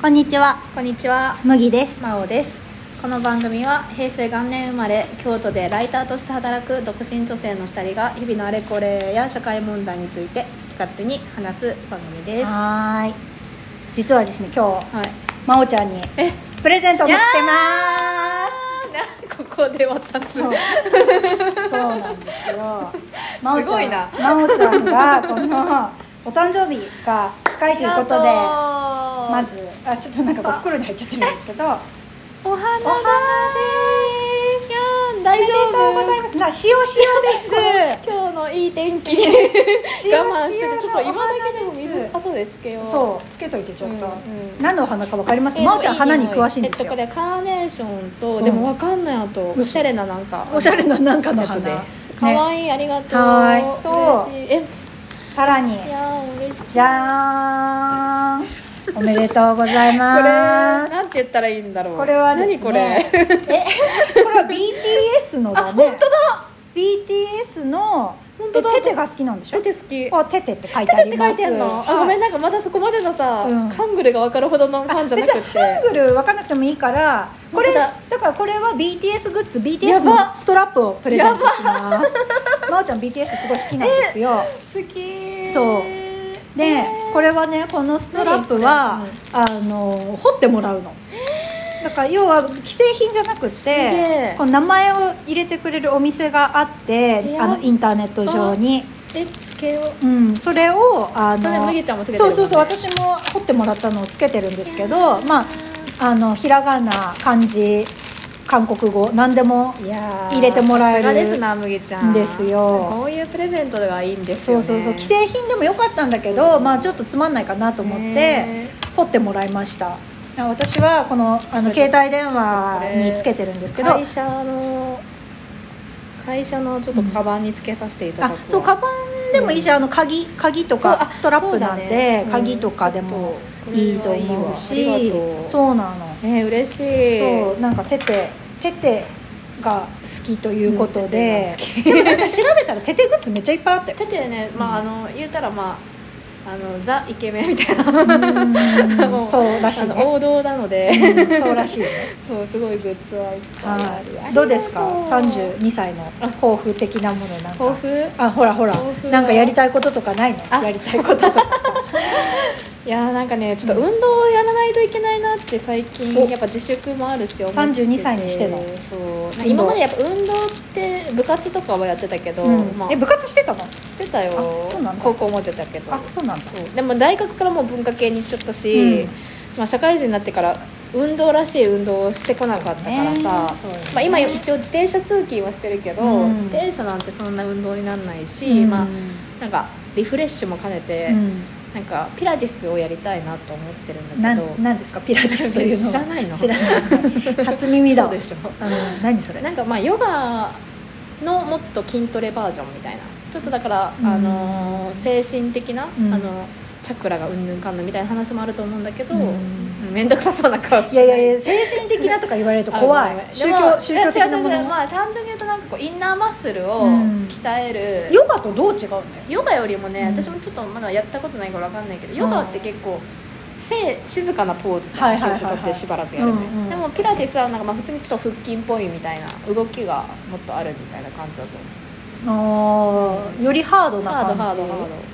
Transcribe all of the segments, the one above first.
こんにちは、こんにちは、麦です。まおです。この番組は平成元年生まれ京都でライターとして働く独身女性の2人が日々のあれこれや社会問題について好き勝手に話す番組です。ははーい。実はですね、今日い。まおちゃんにえ、プレゼントを持ってここで渡す。そう そうなんですよ。まおちすごゃいん、なまおちゃんがこのお誕生日が近いということで、ままずずあちょっとなんかこう袋に入っちゃってるんですけど、お花でお花ーす。やん大丈おめでとうござい夫。ます。なしおしおです。今日のいい天気。塩 我慢して塩のてちょっと今だけでもお花で水す後でつけよう。そうつけといてちょっと、うんうん何のお花かわかりますえーまおちゃん花に匂詳しいんですえっよ、と、これカーネーションと、うんでもわかんないあと嘘おしゃれななんかおしゃれななんかのやつ花ですかわねいい、ありがとうはーい嬉しいさらにえいやー嬉しいじゃーんおめでとうございこれますなんて言ったらいいんだろうこれはですね何これえこれは BTS のだねあ本当だ BTS の本当だえテテが好きなんでしょ出てあ好きテテって書いてテあテりって書まいすてんのあごめんなんかまだそこまでのさ、うんハングルが分かるほどのファンじゃなくてあ別にハングル分かんなくてもいいからこれ本当だだからこれは BTS グッズや BTS ばのストラップをプレゼントしますまおちゃん BTS すごい好きなんですよ好きそうで、えこれはねこのストラップは、あの彫ってもらうのだから要は既製品じゃなくげてえこの名前を入れてくれるお店があってやあのインターネット上に、ーえつけよううん、それをあそれの麦ちゃんもつけてるもんねそうそうそう私も彫ってもらったのをつけてるんですけどまああのひらがな漢字韓国語何でもいやー入れてもらえるさすがですな麦ちゃんですよこういうプレゼントがいいんですそようねそうそう既製品でもよかったんだけど、まあちょっとつまんないかなと思ってね彫ってもらいましたあ私はこのあの携帯電話につけてるんですけど会社の会社のちょっとカバンにつけさせていただあくわ、そうカバンでもいいし、あの鍵鍵とそうかあストラップなんで、そうだねうん鍵とかでもいいと思うちょっとこれはいしいわありがとうそうなのね嬉しいそうなんかテテテテが好きということでうん、でもなん か調べたらテテグッズめっちゃいっぱいあったよだってね、まああの言うたらまああのザイケメンみたいな、うもんそうらしいあのね王道なので、うんそうらしいよねそうすごいグッズ はいっぱいある、はいどうですかありがとう32歳の抱負的なものなん抱か負あほらほら抱負はなんかやりたいこととかないのあやりたいこととかさいやーなんかねちょっと運動をやらないといけないなって最近おやっぱ自粛もあるし思ってて32歳にしてのそうなんか運動今までやっぱ運動って部活とかはやってたけど、うんまあえ部活してたのしてたよあそうなんだ高校持ってたけどあそうなんだそうでも大学からもう文化系に行っちゃったし、うんまあ、社会人になってから運動らしい運動をしてこなかったからさ、そうねまあ、今一応自転車通勤はしてるけど、うん自転車なんてそんな運動にならないし、うんまあ、なんかリフレッシュも兼ねて、うんなんかピラティスをやりたいなと思ってるんだなけどんなんですかピラティスというのは知らないの知らない初耳だ そうわでしょうん何それなんかまあヨガのもっと筋トレバージョンみたいなちょっとだから、うんあのー精神的な、うんあのチャクラがうんぬんかんぬんみたいな話もあると思うんだけど、ううんん面倒くさそうな顔しいてやいやいや精神的なとか言われると怖い宗教宗教的なも違う違う違うのまあ単純に言うとなんかこうインナーマッスルをうん鍛える、ヨガとどう違うんだよヨガよりもね、うん私もちょっとまだやったことないからわかんないけどヨガって結構静静かなポーズじゃん、はいはいはいはいずっと立ってしばらくやるね、うんうんでもピラティスはなんかまあ普通にちょっと腹筋っぽいみたいな動きがもっとあるみたいな感じだと思うあーよりハードなハー感ドじハードハード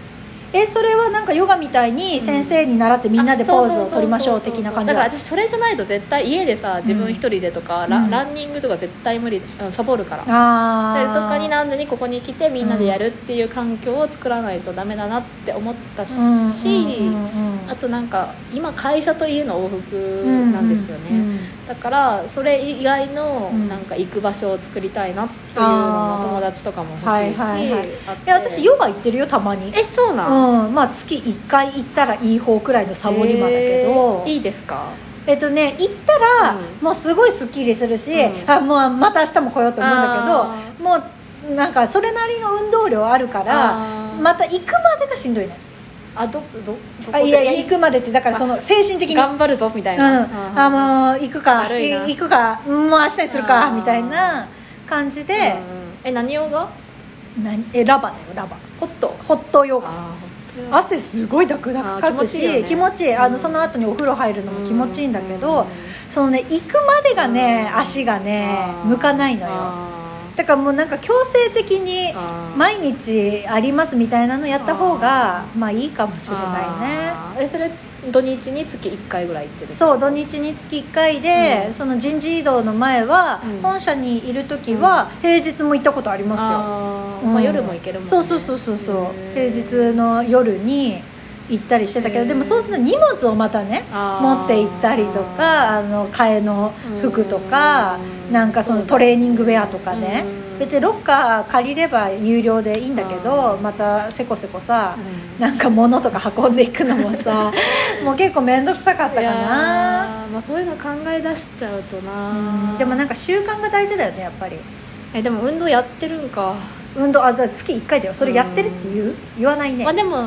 えそれはなんかヨガみたいに先生に習ってみんなでポーズを取りましょう的な感じだだから私それじゃないと絶対家でさ自分一人でとか、うラんランニングとか絶対無理あのサボるからであーとかに何時にここに来てみんなでやるっていう環境を作らないとダメだなって思ったし、うんうんうんうんあとなんか今会社と家の往復なんですよね、うんうんうんだからそれ以外のうんなんか行く場所を作りたいなっていうのあもー友達とかも欲しいし、はいはいはいあってえ私ヨガ行ってるよたまにえそうなん、うんまあ月1回行ったらいい方くらいのサボり魔だけどえーいいですかえっとね行ったら、うもうすごいスッキリするし、うんあもうまた明日も来ようと思うんだけどもうなんかそれなりの運動量あるからあーまた行くまでがしんどいねあどどどこであいやいや行くまでってだからその精神的に頑張るぞみたいうん、な、あもう行くか軽いな行いくかもう明日にするかあーみたいな感じでうん、え何用がなえラバだよラバホットホットヨガあー汗すごいダクダクかくしあー気持ちい気持ちいいよねいあの、うんその後にお風呂入るのも気持ちいいんだけうんうど、んそのね行くまでがね足がねあー向かないのよあーだからもうなんか強制的にあー毎日ありますみたいなのやった方がまあいいかもしれないねあーえそれ土日に月1回ぐらい行ってるそう土日に月1回で、うんその人事異動の前は、うん本社にいる時は平日も行ったことありますよあーうんまあ、夜も行けるもん、ね、そうそうそうそうそう平へー日の夜に行ったりしてたけへどーでもそうすると荷物をまたねあー持って行ったりとかあの替えの服とかうんなんかそのトレーニングウェアとかねうん別にロッカー借りれば有料でいいんだけどあーまたせこせこさうんなんか物とか運んでいくのも さもう結構面倒くさかったかいやな。ーまあ、そういうの考え出しちゃうとな、うんでもなんか習慣が大事だよねやっぱりえでも運動やってるんか、運動あだから月1回だよそれやってるって言う言わないねまあでも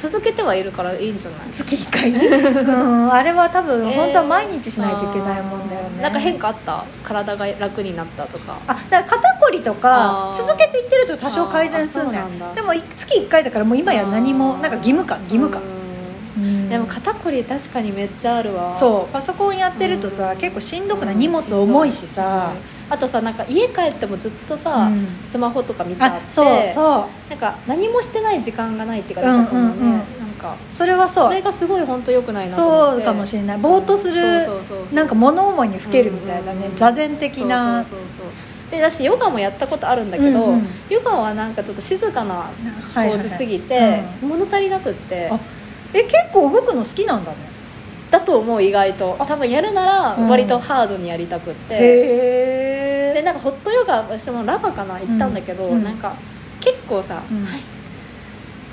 続けてはいるからいいんじゃない月1回 うんあれは多分、えー本当は毎日しないといけないもんだよねあーなんか変化あった体が楽になったとかあだから肩こりとかあー続けていってると多少改善すんねあーそうなんんだでもい月1回だからもう今や何もあーなんか義務感義務感、ううんんでも肩こり確かにめっちゃあるわそうパソコンやってるとさ、うん結構しんどくない荷物重いしさ、あとさなんか家帰ってもずっとさ、うんスマホとか見ちゃっあてそうそうなんか何もしてない時間がないって感じだったもんね、うんうんうんなんかそれはそそれうがすごい本当良くないなと思ってそうかもしれないぼーっとする、そうそうそうなんか物思いにふけるみたいなね、うんうん座禅的なそうそうそうそうで私ヨガもやったことあるんだけど、うんうんヨガはなんかちょっと静かなポはいはいーはズいすぎて、物足りなくってあえ結構動くの好きなんだねだと思う意外と多分やるなら割とハードにやりたくって、へでなんかホットヨガ私もラバかな行ったんだけど、うんうんなんか結構さ、うんはい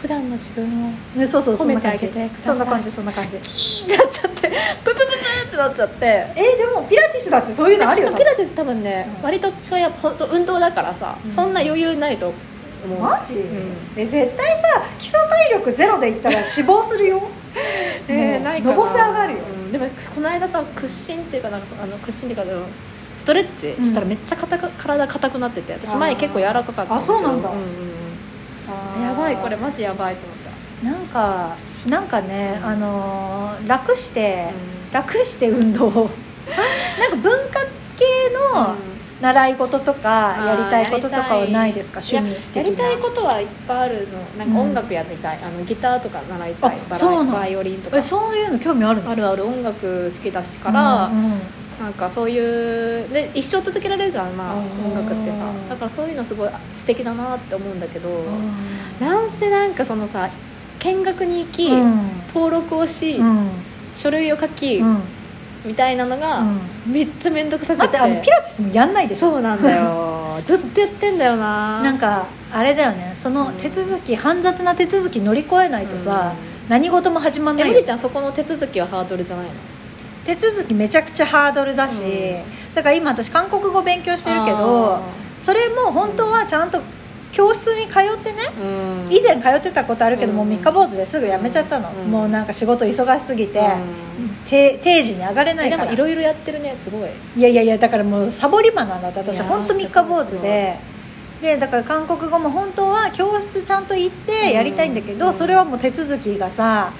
普段の自分をね、そうそう褒そんめなて感あじげてくださそいんな感じそんな感じキーってなっちゃってププププってなっちゃってえーでもピラティスだってそういうのあるよピラティス多分ね、うん割とやっぱ本当運動だからさ、うんそんな余裕ないと思うマジ、うんえ絶対さ基礎体力ゼロでいったら死亡するよえー、ないかなのぼせ上がるようんでもこの間さ屈伸っていうかなんかそあの屈伸っていうかあのストレッチしたらめっちゃ硬く、体硬くなってて私前結構柔らかかったあそうなんだうんうんやばいこれマジやばいと思ったなんかなんかね、うんあのー楽して、うん楽して運 動をなんか文化系の習い事とか、やりたいこととかはないですか趣味的やなやりたいことはいっぱいあるのなんか音楽やりたい、あのギターとか習いたいあバそうなラのバイオリンとかえそういうの興味あるのあるある音楽好きだしから、うんうんなんかそういうで一生続けられるじゃん、まあ、あー音楽ってさだからそういうのすごい素敵だなって思うんだけどなんせなんかそのさ見学に行き、うん登録をし、うん書類を書き、うんみたいなのが、うめっちゃ面倒くさく待ってあのピラティスもやんないでしょそうなん だよずっとやってんだよななんかあれだよねその手続き、煩雑な手続き乗り越えないとさ、何事も始まんえないむよぎちゃんそこの手続きはハードルじゃないの手続きめちゃくちゃハードルだし、うんだから今私韓国語勉強してるけどあそれも本当はちゃんと教室に通ってねーうん以前通ってたことあるけど、うんもう三日坊主ですぐ辞めちゃったの、うんもうなんか仕事忙しすぎて、うんて定時に上がれないえでかもらいろいろやってるねすごいいやいやいやだからもうサボり魔なんだって私いやー本当三日坊主すごいで。でだから韓国語も本当は教室ちゃんと行ってやりたいんだけど、うんそれはもう手続きがさ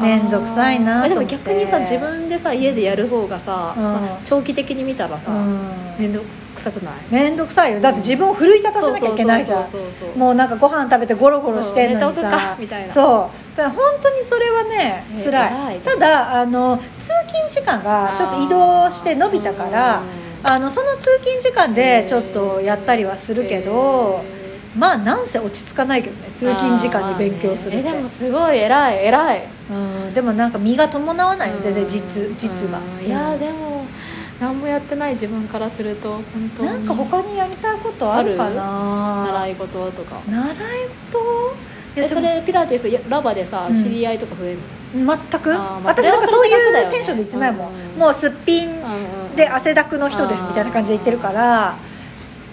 面倒くさいなあーえと思でもって逆にさ自分でさ家でやる方がさ、うんまあ長期的に見たらさ、うん面倒くさくない面倒くさいよだって自分を奮い立たせなきゃいけないじゃんそうそうそうそうもうなんかご飯食べてゴロゴロしてんのにそう寝とくさかみたいなそうだから本当にそれはねね辛偉いいただあの通勤時間がちょっと移動して伸びたからああのその通勤時間でちょっとやったりはするけど、えまあなんせ落ち着かないけどね通勤時間に勉強するっあーてまあねえでもすごい偉い偉いうん、でもなんか身が伴わないよ全然実実がうんいやーでも何もやってない自分からすると本当になんか他にやりたいことあるかな習い事とか習い事いやえでそもれピラティスやラバでさうん知り合いとか増える全く、あーまあ私それなんはかそそうれで楽だいようねテンションで言ってないもん、うんもうすっぴんので汗だくの人ですみたいな感じで言ってるから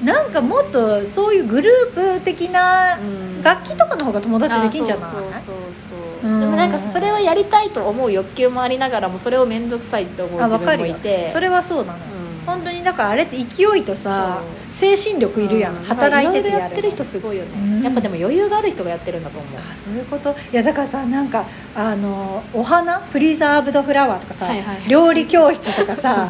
なんかもっとそういうグループ的なうん楽器とかの方が友達できんじゃないあーそうそうそうそううんでもなんかそれはやりたいと思う欲求もありながらもそれを面倒くさいと思うあ自分か分もるいよてそれはそうなの、うん本当にだからあれって勢いとさそ精神力いるやん、う働いててろろややるってる人すごいよね、うんやっぱでも余裕がある人がやってるんだと思うあそういうこといやだからさなんかあのお花プリザーブドフラワーとかさ、はいはいはい料理教室とか さ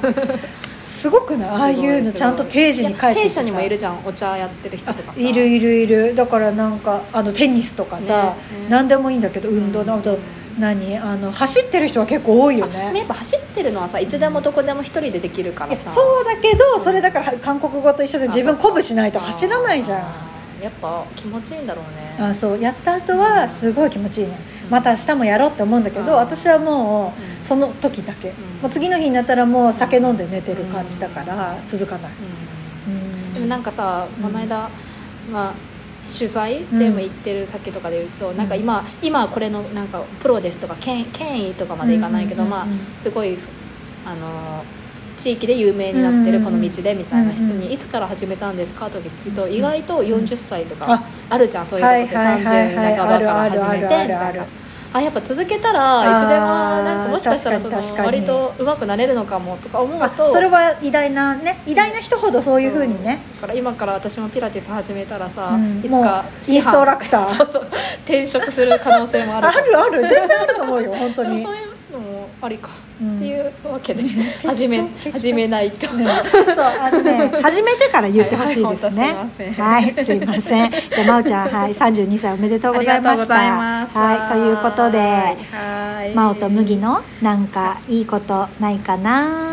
すごくないああいすごうのちゃんと定時に帰っていや弊きて社さにもいるじゃんお茶やってる人とかさいるいるいるだからなんかあのテニスとかさ、ねね何でもいいんだけど運動の、あと何あの走ってる人は結構多いよねやっぱ走ってるのはさいつでもどこでも一人でできるかいらやさそうだけどそれだから韓国語と一緒で自分鼓舞しないと走らないじゃんんやっぱ気持ちいいんだろうねあそうやった後はすごい気持ちいいねまた明日もやろうって思うんだけうんど私はもうんうその時だけ、もう次の日になったらもう酒飲んで寝てる感じだから続かない、ううんんでもなんかさうんこの間、まあ取材うんでも行ってる先とかで言うと、んなんか今今はこれのなんかプロですとか権権威とかまでいかないけど、うんまあうんすごいあの地域で有名になってるこの道でみたいな人うんうんに「いつから始めたんですか?」とか聞くとうん意外と40歳とかああるじゃんそういうことってはいはいはい30はい半ばから始めてみあたいるあるあるあるな。あやっぱ続けたらいつでもあーなんかもしかしたらそ確かに確のかに割と上手くなれるのかもとか思うあとそれは偉大なね偉大な人ほどそういうふうにね、だから今から私もピラティス始めたらさ、うんいつもうかインストラクター そうそう転職する可能性もあある るある全然あると思うよ本当でもにそういうのもありか、うんっていうわけで当始め適当始めないと、うんそうあのね初めてから言ってほしいですねははいすいませんじゃあまおちゃんはい32歳おめでとうあごりざがいとまうごしたざいますはいということではいまおと麦のなんかいいことないかな